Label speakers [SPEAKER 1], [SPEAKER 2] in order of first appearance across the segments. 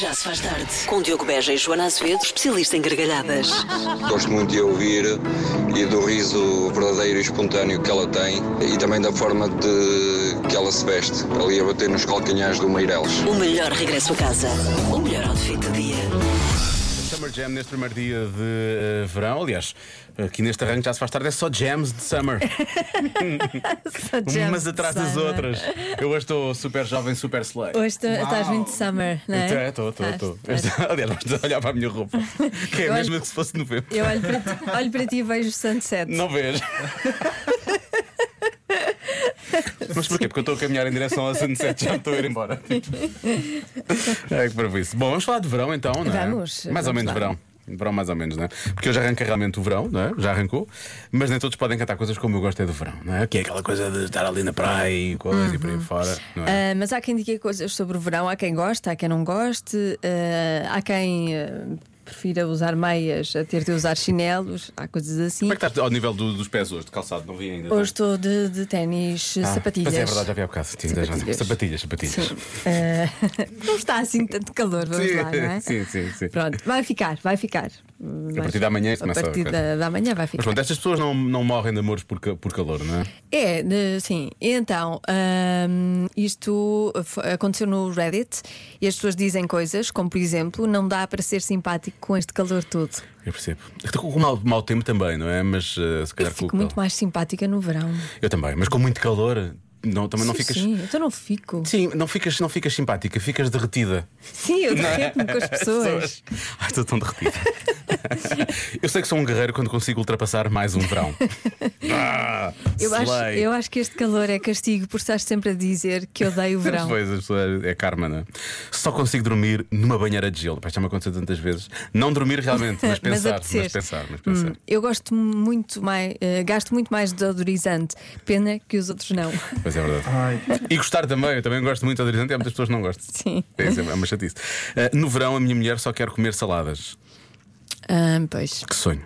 [SPEAKER 1] Já se faz tarde. Com Diogo Beja e Joana Azevedo, especialista em gargalhadas.
[SPEAKER 2] Gosto muito de a ouvir e do riso verdadeiro e espontâneo que ela tem e também da forma de que ela se veste, ali a bater nos calcanhares do Meireles.
[SPEAKER 1] O melhor regresso a casa. O melhor outfit do dia.
[SPEAKER 3] Summer Jam neste primeiro dia de eh, verão. Aliás, aqui neste arranque já se faz tarde, é só jams de summer.
[SPEAKER 4] Jam
[SPEAKER 3] Umas atrás das
[SPEAKER 4] summer.
[SPEAKER 3] outras. Eu hoje estou super jovem, super slay.
[SPEAKER 4] Hoje tu- estás muito summer, não é?
[SPEAKER 3] Então, Estou, estou, estou.
[SPEAKER 4] Estás, estás.
[SPEAKER 3] Aliás, estás a olhar para a minha roupa, que é a
[SPEAKER 4] Eu
[SPEAKER 3] mesma
[SPEAKER 4] acho-
[SPEAKER 3] que se fosse novembro.
[SPEAKER 4] Eu olho para, ti, olho para ti e vejo o sunset.
[SPEAKER 3] Não vejo. Mas porquê? Porque eu estou a caminhar em direção ao sunset, já me estou a ir embora. é que para isso. Bom, vamos falar de verão então, não é?
[SPEAKER 4] Vamos,
[SPEAKER 3] Mais ou
[SPEAKER 4] vamos
[SPEAKER 3] menos
[SPEAKER 4] lá.
[SPEAKER 3] verão. Verão mais ou menos, não é? Porque hoje arranca realmente o verão, não é? Já arrancou, mas nem todos podem cantar coisas como eu gosto é do verão, não é? Que é aquela coisa de estar ali na praia e coisas e por aí fora, não é?
[SPEAKER 4] Ah, mas há quem diga coisas sobre o verão, há quem gosta, há quem não goste, ah, há quem ah, prefira usar meias a ter de usar chinelos, há coisas assim.
[SPEAKER 3] Como é que estás ao nível do- dos pés hoje, de calçado? Não vi ainda. tá?
[SPEAKER 4] Hoje estou de, de ténis,
[SPEAKER 3] Ah,
[SPEAKER 4] sapatilhas.
[SPEAKER 3] Mas é verdade, já vi há bocado. Sim, tens razão. Sapatilhas,
[SPEAKER 4] Sapatilhas.
[SPEAKER 3] sapatilhas.
[SPEAKER 4] Sim. Ah, não está assim tanto calor, vamos
[SPEAKER 3] Sim,
[SPEAKER 4] lá, não é?
[SPEAKER 3] sim, sim, sim.
[SPEAKER 4] Pronto, vai ficar, vai ficar.
[SPEAKER 3] A partir da manhã isso
[SPEAKER 4] A
[SPEAKER 3] começa a
[SPEAKER 4] partir
[SPEAKER 3] coisa.
[SPEAKER 4] da, da manhã vai
[SPEAKER 3] Mas
[SPEAKER 4] ficar.
[SPEAKER 3] pronto, estas pessoas não, não morrem de amores por, ca- por calor, não é?
[SPEAKER 4] É, de- sim. Então, hum, isto f- aconteceu no Reddit e as pessoas dizem coisas como, por exemplo, não dá para ser simpático com este calor todo.
[SPEAKER 3] Eu percebo. Estou com mau, mau tempo também, não é? Mas eh, se
[SPEAKER 4] Eu
[SPEAKER 3] calhar
[SPEAKER 4] fico
[SPEAKER 3] com o
[SPEAKER 4] muito
[SPEAKER 3] calor.
[SPEAKER 4] mais simpática no verão.
[SPEAKER 3] Eu também, mas com muito calor não, também não
[SPEAKER 4] sim,
[SPEAKER 3] ficas.
[SPEAKER 4] sim, então não fico.
[SPEAKER 3] Sim, não ficas, não ficas simpática, ficas derretida.
[SPEAKER 4] Sim, eu
[SPEAKER 3] é?
[SPEAKER 4] derreto-me com as pessoas.
[SPEAKER 3] Ai, estou tão derretida. eu sei que sou um guerreiro quando consigo ultrapassar mais um verão. ah,
[SPEAKER 4] Eu acho,
[SPEAKER 3] slay.
[SPEAKER 4] eu acho que este calor é castigo por estar sempre a dizer que odeio o verão.
[SPEAKER 3] Pois, as pessoas- é karma, não é? Só consigo dormir numa banheira de gelo. Pá, Já me aconteceu tantas vezes. Não dormir realmente, mas
[SPEAKER 4] Mas
[SPEAKER 3] pensar.
[SPEAKER 4] apetecer.
[SPEAKER 3] pensar, mas pensar.
[SPEAKER 4] Hum, eu gosto muito mais, eh, gasto muito mais deodorizante. Pena que os outros não.
[SPEAKER 3] Pois é verdade. E gostar também, eu também gosto muito de adorizante e há muitas pessoas que não gostam.
[SPEAKER 4] Sim.
[SPEAKER 3] É, isso, é uma chatice. Ah, no verão, a minha mulher só quer comer saladas.
[SPEAKER 4] Ah, pois.
[SPEAKER 3] Que sonho.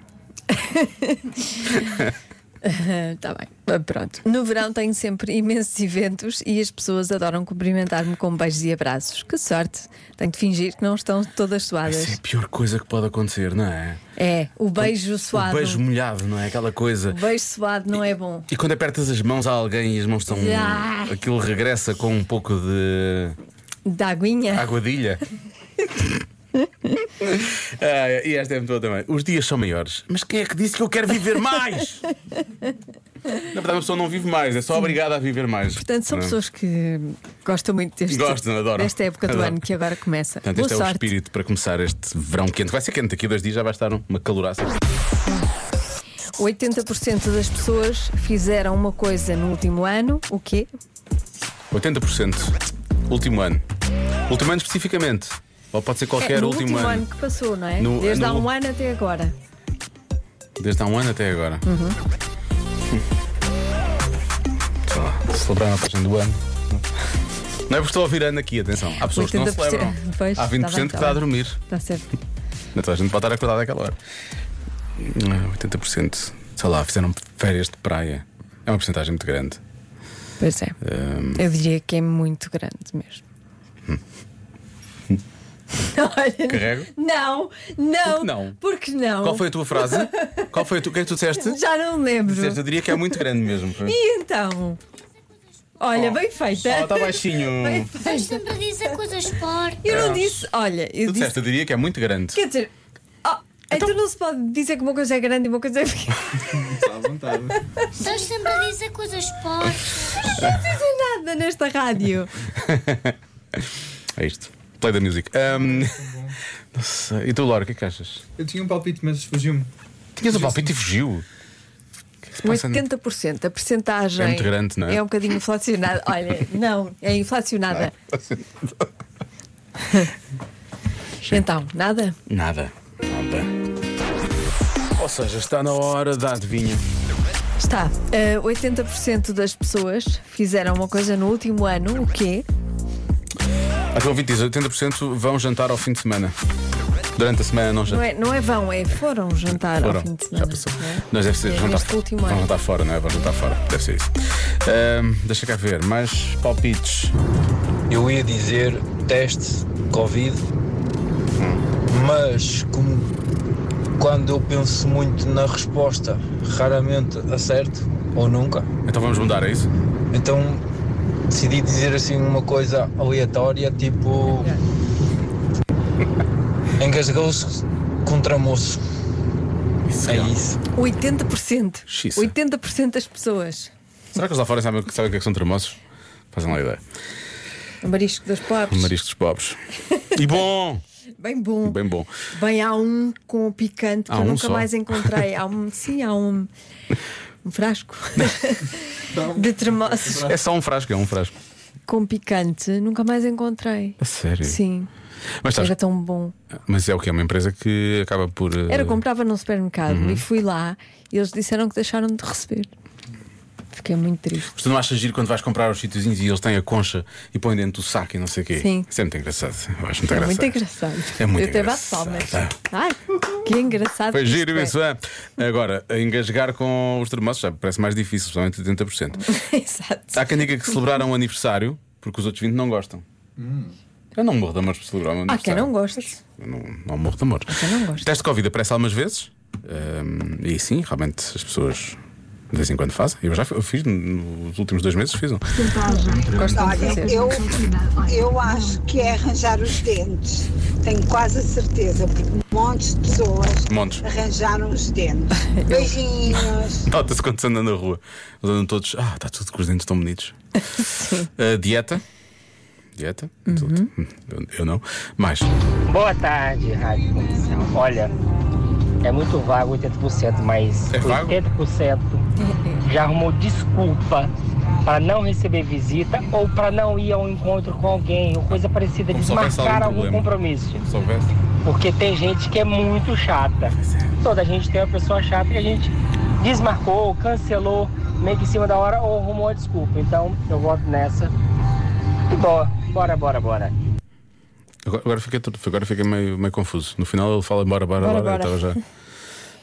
[SPEAKER 4] Está bem, Ah, pronto. No verão tenho sempre imensos eventos e as pessoas adoram cumprimentar-me com beijos e abraços. Que sorte! Tenho de fingir que não estão todas
[SPEAKER 3] Isso é a
[SPEAKER 4] suadas.
[SPEAKER 3] pior coisa que pode acontecer, não é?
[SPEAKER 4] É, o beijo
[SPEAKER 3] O
[SPEAKER 4] suado.
[SPEAKER 3] beijo molhado, não é? Aquela coisa.
[SPEAKER 4] o beijo suado não é bom.
[SPEAKER 3] E quando apertas as mãos a alguém e as mãos estão.
[SPEAKER 4] Ah.
[SPEAKER 3] aquilo regressa com um pouco de.
[SPEAKER 4] Da aguinha.
[SPEAKER 3] Aguadilha. Ah, e esta é muito boa também. Os dias são maiores, mas quem é que disse que eu quero viver mais? Na verdade, a pessoa não vive mais, é só obrigada a viver mais.
[SPEAKER 4] Portanto, são
[SPEAKER 3] Não é?
[SPEAKER 4] pessoas que gostam muito deste,
[SPEAKER 3] Gostam, adoram.
[SPEAKER 4] desta época do
[SPEAKER 3] Adoram.
[SPEAKER 4] ano que agora começa.
[SPEAKER 3] Portanto,
[SPEAKER 4] Boa
[SPEAKER 3] este é o
[SPEAKER 4] sorte.
[SPEAKER 3] espírito para começar este verão quente. Vai ser quente, daqui a dois dias já vai estar uma caloraça.
[SPEAKER 4] 80% das pessoas fizeram uma coisa no último ano, o quê?
[SPEAKER 3] 80%. Último ano. Último ano especificamente. Ou pode ser qualquer
[SPEAKER 4] é, no
[SPEAKER 3] último, ano.
[SPEAKER 4] que passou, não é?
[SPEAKER 3] No-
[SPEAKER 4] Desde há
[SPEAKER 3] no-
[SPEAKER 4] um ano até agora.
[SPEAKER 3] Desde há um ano até agora.
[SPEAKER 4] Uhum.
[SPEAKER 3] Sei lá, celebrar a passagem do ano. Não é porque estou a ouvir ano aqui, atenção. Há pessoas que não
[SPEAKER 4] 80%,
[SPEAKER 3] celebram.
[SPEAKER 4] pois,
[SPEAKER 3] há 20%
[SPEAKER 4] tá bem,
[SPEAKER 3] que
[SPEAKER 4] tá
[SPEAKER 3] está a
[SPEAKER 4] bem.
[SPEAKER 3] dormir.
[SPEAKER 4] Está certo.
[SPEAKER 3] Então a gente pode estar acordado àquela hora. Ah, 80%. Sei lá, fizeram férias de praia. É uma porcentagem muito grande. Hum,
[SPEAKER 4] Pois é.
[SPEAKER 3] Ahm,
[SPEAKER 4] Eu diria que é muito grande mesmo. Hum. Olha,
[SPEAKER 3] Carrego?
[SPEAKER 4] Não, não.
[SPEAKER 3] que não?
[SPEAKER 4] Porque não?
[SPEAKER 3] Qual foi a tua frase? Qual foi a tua? O que é que tu disseste?
[SPEAKER 4] Já não me lembro.
[SPEAKER 3] Disseste, eu diria que é muito grande mesmo.
[SPEAKER 4] E então? Olha,
[SPEAKER 3] Oh.
[SPEAKER 4] bem feita.
[SPEAKER 3] Oh, está baixinho.
[SPEAKER 4] Bem
[SPEAKER 5] Mas
[SPEAKER 4] feita.
[SPEAKER 5] sempre dizem coisas fortes.
[SPEAKER 4] Eu não
[SPEAKER 3] Ah.
[SPEAKER 4] disse, olha, eu
[SPEAKER 3] Tu
[SPEAKER 4] disse.
[SPEAKER 3] disseste, eu diria que é muito grande.
[SPEAKER 4] Quer dizer, oh, então... não se pode dizer que uma coisa é grande e uma coisa é pequena.
[SPEAKER 5] Vocês sempre dizem coisas fortes.
[SPEAKER 4] Não dizem nada nesta rádio.
[SPEAKER 3] É isto. Play da music. Ahm, não sei. E tu, Laura, o que é que achas?
[SPEAKER 6] Eu tinha um palpite, mas fugiu-me.
[SPEAKER 3] Tinhas o palpite e fugiu. O que é que se passa?
[SPEAKER 4] 80%, a percentagem
[SPEAKER 3] É muito grande, não é?
[SPEAKER 4] É um bocadinho inflacionada. Olha, não, é inflacionada. Então, nada?
[SPEAKER 3] Nada. Nada. Ou seja, está na hora da adivinha.
[SPEAKER 4] Está. Eh, 80% das pessoas fizeram uma coisa no último ano, o quê?
[SPEAKER 3] A tua ouvinte diz: 80% vão jantar ao fim de semana. Durante a semana não
[SPEAKER 4] Não
[SPEAKER 3] jantam.
[SPEAKER 4] é, não é vão, é foram jantar
[SPEAKER 3] Foram,
[SPEAKER 4] ao fim de
[SPEAKER 3] já
[SPEAKER 4] semana.
[SPEAKER 3] passou.
[SPEAKER 4] não é?
[SPEAKER 3] Nós deve ser
[SPEAKER 4] É,
[SPEAKER 3] jantar
[SPEAKER 4] neste
[SPEAKER 3] fora.
[SPEAKER 4] último
[SPEAKER 3] Vão
[SPEAKER 4] ano.
[SPEAKER 3] jantar fora, não é? Vão jantar fora, deve ser isso. Ahm, deixa cá ver, mais palpites.
[SPEAKER 7] Eu ia dizer teste Covid
[SPEAKER 6] Mas como quando eu penso muito na resposta, raramente acerto ou nunca.
[SPEAKER 3] Então vamos mudar, é isso?
[SPEAKER 6] Então decidi dizer assim uma coisa aleatória, tipo. Engasgou-se com tramoço.
[SPEAKER 3] Isso
[SPEAKER 6] É
[SPEAKER 3] real.
[SPEAKER 6] isso.
[SPEAKER 4] 80%.
[SPEAKER 3] Xiça.
[SPEAKER 4] 80% das pessoas.
[SPEAKER 3] Será que os lá fora sabem, sabem o que é que são tremosos? Fazem lá ideia.
[SPEAKER 4] O marisco das pobres.
[SPEAKER 3] Mariscos pobres. E bom!
[SPEAKER 4] Bem bom.
[SPEAKER 3] Bem bom.
[SPEAKER 4] Bem, há um com picante
[SPEAKER 3] Há
[SPEAKER 4] que eu
[SPEAKER 3] um
[SPEAKER 4] nunca
[SPEAKER 3] só?
[SPEAKER 4] mais encontrei. Há um, sim, há um, um frasco
[SPEAKER 7] um
[SPEAKER 4] de tremoços
[SPEAKER 3] É só um frasco, é um frasco.
[SPEAKER 4] com picante. Nunca mais encontrei.
[SPEAKER 3] A sério?
[SPEAKER 4] Sim,
[SPEAKER 3] Mas, sabes,
[SPEAKER 4] era tão bom.
[SPEAKER 3] mas é o que? É uma empresa que acaba por. eh, Uhum.
[SPEAKER 4] Era, comprava num supermercado e fui lá e eles disseram que deixaram de receber. Fiquei muito triste.
[SPEAKER 3] Mas tu não achas giro quando vais comprar os sítiozinhos e eles têm a concha e põem dentro do saco e não sei o quê?
[SPEAKER 4] Sim.
[SPEAKER 3] Isso é muito engraçado. Eu acho muito
[SPEAKER 4] É
[SPEAKER 3] engraçado.
[SPEAKER 4] muito engraçado.
[SPEAKER 3] É muito
[SPEAKER 4] eu até bato
[SPEAKER 3] engraçado. Ah.
[SPEAKER 4] palmas. Ai, que engraçado.
[SPEAKER 3] Foi
[SPEAKER 4] que
[SPEAKER 3] giro
[SPEAKER 4] isto
[SPEAKER 3] isso, é. Agora, engasgar com os termoços já parece mais difícil, especialmente 80%.
[SPEAKER 4] é. Exato.
[SPEAKER 3] Há quem diga que celebraram um aniversário porque os outros 20 não gostam. Eu não morro de amor por celebrar um
[SPEAKER 4] Hum. Há quem
[SPEAKER 3] aniversário.
[SPEAKER 4] não gosta.
[SPEAKER 3] Eu não, não morro de amor.
[SPEAKER 4] quem não gosta.
[SPEAKER 3] Teste de Covid aparece algumas vezes. hum, e sim, realmente as pessoas de vez em quando fazem. Eu já fi- eu fiz nos últimos dois meses, fiz um.
[SPEAKER 4] Gostam de
[SPEAKER 7] Olha,
[SPEAKER 4] fazer.
[SPEAKER 7] eu, eu acho que é arranjar os dentes. Tenho quase a certeza, porque montes de pessoas
[SPEAKER 3] Montes.
[SPEAKER 7] arranjaram os dentes. Beijinhos.
[SPEAKER 3] Nota-se quando se anda na rua. Eles andam todos. Ah, está tudo com os dentes tão bonitos. Ah, dieta. Dieta. Tudo.
[SPEAKER 4] Uhum.
[SPEAKER 3] Eu, eu não. Mais.
[SPEAKER 8] Boa tarde, Rádio Comercial. Olha, é muito vago 80%, mas
[SPEAKER 3] É vago?
[SPEAKER 8] 80% já arrumou desculpa para não receber visita ou para não ir a um encontro com alguém ou coisa parecida,
[SPEAKER 3] Como se houvesse
[SPEAKER 8] desmarcar
[SPEAKER 3] algum
[SPEAKER 8] algum
[SPEAKER 3] problema.
[SPEAKER 8] compromisso.
[SPEAKER 3] Se houvesse.
[SPEAKER 8] Porque tem gente que é muito chata.
[SPEAKER 3] é.
[SPEAKER 8] Toda gente tem uma pessoa chata que a gente desmarcou, cancelou, meio que em cima da hora ou arrumou a desculpa. Então eu voto nessa. E boa, bora, bora, bora.
[SPEAKER 3] Agora, agora fiquei, tudo- agora fiquei meio, meio confuso. No final ele fala bora, bora, bora.
[SPEAKER 4] Bora,
[SPEAKER 3] Eu
[SPEAKER 4] bora.
[SPEAKER 3] estava já, já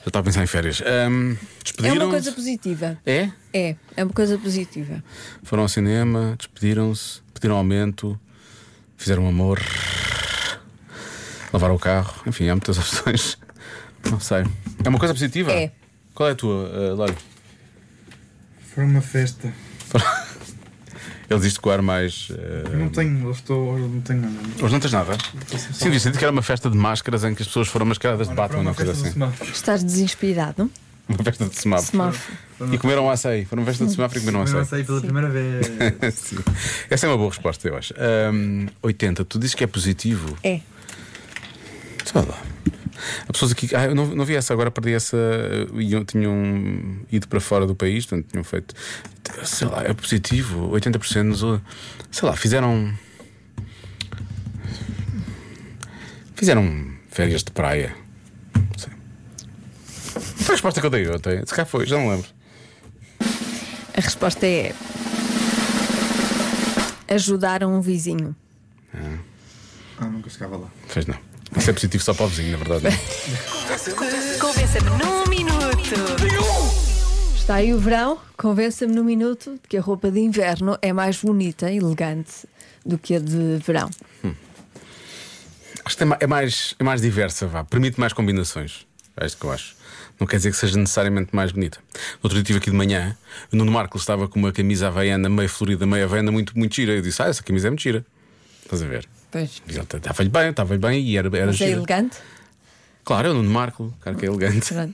[SPEAKER 3] estava a pensar em férias. Ahm,
[SPEAKER 4] É
[SPEAKER 3] despediram-se.
[SPEAKER 4] uma coisa positiva.
[SPEAKER 3] É?
[SPEAKER 4] É, é uma coisa positiva.
[SPEAKER 3] Foram ao cinema, despediram-se, pediram aumento, fizeram amor, lavaram o carro. Enfim, há muitas opções. Não sei. É uma coisa positiva?
[SPEAKER 4] É.
[SPEAKER 3] Qual é a tua, ah, Lório?
[SPEAKER 9] Foi uma festa.
[SPEAKER 3] Ele diz-te com o ar mais. eh,
[SPEAKER 9] Eu não tenho, eu estou, eu não tenho nada.
[SPEAKER 3] Hoje não tens nada? Sim, disse que era uma festa de máscaras em que as pessoas foram mascaradas de Batman, uma coisa assim.
[SPEAKER 4] Estás desinspirado?
[SPEAKER 3] Uma festa de semáforo.
[SPEAKER 4] Smurf.
[SPEAKER 3] E comeram um açaí. Foram uma festa de semáforo e comeram um
[SPEAKER 9] Mas não
[SPEAKER 3] açaí.
[SPEAKER 9] saí pela primeira vez.
[SPEAKER 3] Sim. Essa é uma boa resposta, eu acho. Ahm, 80, tu dizes que é positivo.
[SPEAKER 4] É.
[SPEAKER 3] Sei lá. Há pessoas aqui. Ah, eu não, não vi essa, agora perdi essa. eh, iam- Tinham ido para fora do país, portanto, tinham feito. Sei lá, é positivo. 80% nos. Sei lá, fizeram. Fizeram férias de praia. Não sei. Foi a resposta que eu dei ontem. Se cá foi, já não lembro.
[SPEAKER 4] A resposta é. Ajudar a um vizinho.
[SPEAKER 9] Ah, nunca chegava lá.
[SPEAKER 3] Fez não. Isso é positivo só para o vizinho, na verdade. não é?
[SPEAKER 10] Convença-me num minuto.
[SPEAKER 4] Está aí o verão, convença-me num minuto de que a roupa de inverno é mais bonita e elegante do que a de verão.
[SPEAKER 3] Acho que é ma- é mais, é mais diversa, vá. Permite mais combinações. É isto que eu acho. Não quer dizer que seja necessariamente mais bonita. No outro dia estive aqui de manhã, o Nuno Marco estava com uma camisa havaiana meio florida, meio havaiana, muito, muito gira. Eu disse: Ah, essa camisa é muito gira. Estás a ver?
[SPEAKER 4] Pois.
[SPEAKER 3] Estava-lhe bem, estava-lhe bem e era, era
[SPEAKER 4] Mas é
[SPEAKER 3] gira.
[SPEAKER 4] elegante?
[SPEAKER 3] claro, é o Nuno Marco, claro que é elegante.
[SPEAKER 4] Pronto.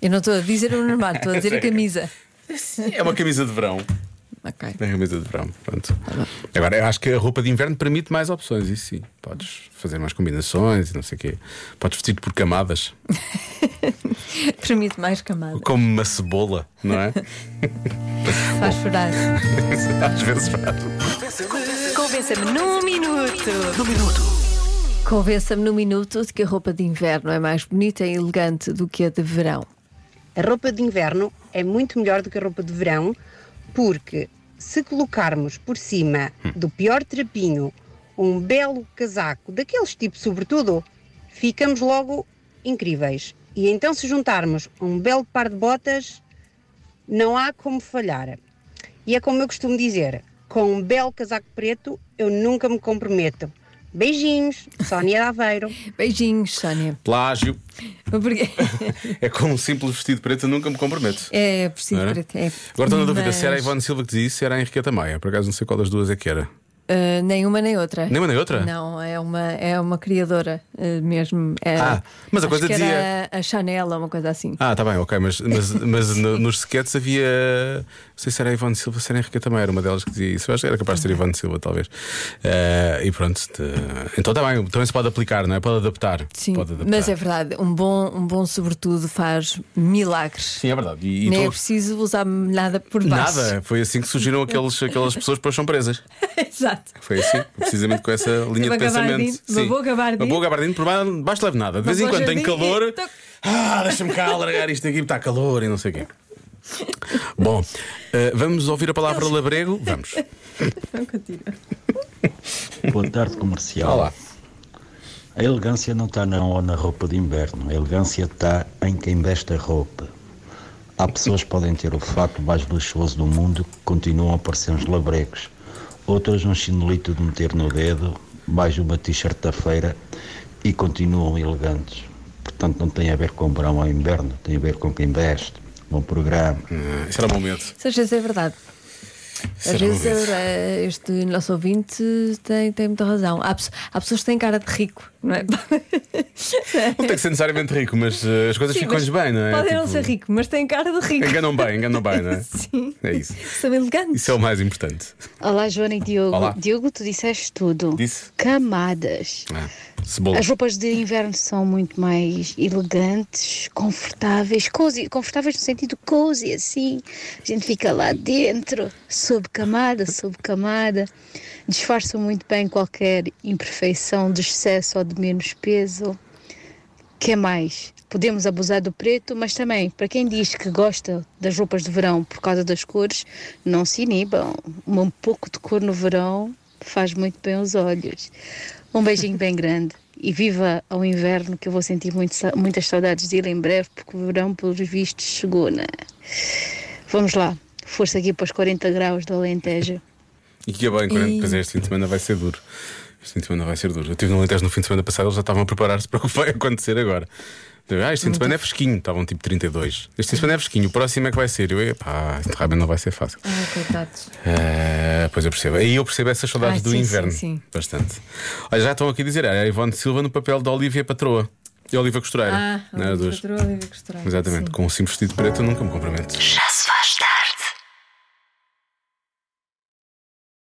[SPEAKER 4] Eu não estou a dizer o normal, estou a dizer a camisa.
[SPEAKER 3] É uma camisa de verão.
[SPEAKER 4] Ok.
[SPEAKER 3] É uma camisa de verão, pronto. Agora, eu acho que a roupa de inverno permite mais opções, isso sim. Podes fazer mais combinações e não sei o quê. Podes vestir por camadas.
[SPEAKER 4] Permite mais camada.
[SPEAKER 3] Como uma cebola, não é?
[SPEAKER 4] Faz chorar.
[SPEAKER 3] Às vezes faz.
[SPEAKER 10] Convença-me num minuto.
[SPEAKER 4] Convença-me num minuto de que a roupa de inverno é mais bonita e elegante do que a de verão.
[SPEAKER 11] A roupa de inverno é muito melhor do que a roupa de verão, porque se colocarmos por cima do pior trapinho um belo casaco, daqueles tipos sobretudo, ficamos logo incríveis. E então, se juntarmos um belo par de botas, não há como falhar. E é como eu costumo dizer: com um belo casaco preto, eu nunca me comprometo. Beijinhos, Sónia de Aveiro.
[SPEAKER 4] Beijinhos, Sónia.
[SPEAKER 3] Plágio.
[SPEAKER 4] Porque
[SPEAKER 3] É com um simples vestido preto, eu nunca me comprometo.
[SPEAKER 4] é preciso.
[SPEAKER 3] Não era?
[SPEAKER 4] para- é.
[SPEAKER 3] Agora estou na dúvida
[SPEAKER 4] Mas,
[SPEAKER 3] se era a Ivone Silva que dizia isso, se era a Henriqueta Maia. Por acaso não sei qual das duas é que era.
[SPEAKER 4] ah, nenhuma nem outra.
[SPEAKER 3] Nenhuma nem outra?
[SPEAKER 4] Não, é uma, é uma criadora ah, mesmo. É,
[SPEAKER 3] Ah, mas a
[SPEAKER 4] acho
[SPEAKER 3] coisa
[SPEAKER 4] que
[SPEAKER 3] dizia-
[SPEAKER 4] Era a Chanel ou uma coisa assim.
[SPEAKER 3] Ah, tá bem, ok, mas, mas, mas no- nos sketches havia. Não sei se era a Ivone Silva, se era a Henriqueta Maia, era uma delas que dizia isso. Eu acho que era capaz de ser a Ivone Silva, talvez. Eh, e pronto. te- Então tá bem, também se pode aplicar, não é? Pode adaptar.
[SPEAKER 4] Sim,
[SPEAKER 3] Pode adaptar.
[SPEAKER 4] mas é verdade, um bom, um bom sobretudo faz milagres.
[SPEAKER 3] Sim, é verdade. E, e
[SPEAKER 4] nem
[SPEAKER 3] tô-
[SPEAKER 4] é preciso usar nada por baixo.
[SPEAKER 3] Nada, foi assim que surgiram aqueles, aquelas pessoas que depois são presas.
[SPEAKER 4] Exato.
[SPEAKER 3] Foi assim, precisamente com essa linha
[SPEAKER 4] Uma
[SPEAKER 3] de pensamento.
[SPEAKER 4] gabardine, uma boa gabardine.
[SPEAKER 3] Uma boa gabardine, por baixo não baixo leve nada. De vez em
[SPEAKER 4] Uma
[SPEAKER 3] quando
[SPEAKER 4] boa
[SPEAKER 3] tem
[SPEAKER 4] jardim e-
[SPEAKER 3] calor. Ah, deixa-me cá largar isto aqui, está calor e não sei o quê. Bom, eh, vamos ouvir a palavra labrego? Vamos.
[SPEAKER 12] Boa tarde, comercial. Olá. A elegância não está não na roupa de inverno, a elegância está em quem veste a roupa. Há pessoas que podem ter o fato mais luxuoso do mundo que continuam a parecer uns labregos. Outras um chinelito de meter no dedo, mais uma t-shirt da feira e continuam elegantes. Portanto, não tem a ver com verão ou inverno, tem a ver com quem veste. Bom programa.
[SPEAKER 3] Isso era um momento.
[SPEAKER 4] Isso às vezes é verdade.
[SPEAKER 12] Será
[SPEAKER 4] às vezes
[SPEAKER 12] uma vez.
[SPEAKER 4] eh, este nosso ouvinte tem, tem muita razão. Há, pe- há pessoas que têm cara de rico, não é?
[SPEAKER 3] Não tem que ser necessariamente rico, mas eh, as coisas
[SPEAKER 4] Sim,
[SPEAKER 3] ficam-lhes
[SPEAKER 4] mas
[SPEAKER 3] bem, não é?
[SPEAKER 4] Podem não
[SPEAKER 3] Tipo,
[SPEAKER 4] ser rico, mas têm cara de rico.
[SPEAKER 3] Enganam bem, enganam bem, não é?
[SPEAKER 4] Sim.
[SPEAKER 3] É isso.
[SPEAKER 4] São elegantes.
[SPEAKER 3] Isso é o mais importante.
[SPEAKER 13] Olá, Joana e Diogo.
[SPEAKER 3] Olá.
[SPEAKER 13] Diogo, tu disseste tudo.
[SPEAKER 3] Disse.
[SPEAKER 13] Camadas.
[SPEAKER 3] Ah, cebola.
[SPEAKER 13] As roupas de inverno são muito mais elegantes, confortáveis, cozy, confortáveis no sentido cozy, assim. A gente fica lá dentro, sob camada, sob camada. Disfarçam muito bem qualquer imperfeição de excesso ou de menos peso. que mais? Podemos abusar do preto, mas também, para quem diz que gosta das roupas de verão por causa das cores, não se inibam. Um pouco de cor no verão faz muito bem os olhos. Um beijinho bem grande e viva ao inverno, que eu vou sentir muito sa- muitas saudades dele em breve, porque o verão, pelos vistos, chegou, né? Vamos lá, força aqui para os 40 graus do Alentejo.
[SPEAKER 3] E que é bem, 40, pois é, este fim de semana vai ser duro. Este fim de semana vai ser duro. Eu estive no Alentejo no fim de semana passado, eles já estavam a preparar-se para o que vai acontecer agora. Eu, Ah, este fim de semana é fresquinho, estavam tipo 32. Este fim de semana é fresquinho, o próximo é que vai ser. Eu, epá, isto realmente não vai ser fácil.
[SPEAKER 4] Ai, coitados.
[SPEAKER 3] Ah, pois eu percebo. Aí eu percebo essas saudades
[SPEAKER 4] Ai,
[SPEAKER 3] do
[SPEAKER 4] sim,
[SPEAKER 3] inverno.
[SPEAKER 4] sim, sim.
[SPEAKER 3] Bastante. Olha, já estão aqui a dizer, ah, é a Ivone Silva no papel da Olivia Patroa. E a Olivia Costureira.
[SPEAKER 4] Ah,
[SPEAKER 3] Não era duas.
[SPEAKER 4] Patroa, Olivia Costureira,
[SPEAKER 3] Exatamente, com um simples vestido preto eu nunca me comprometo.
[SPEAKER 1] Já se faz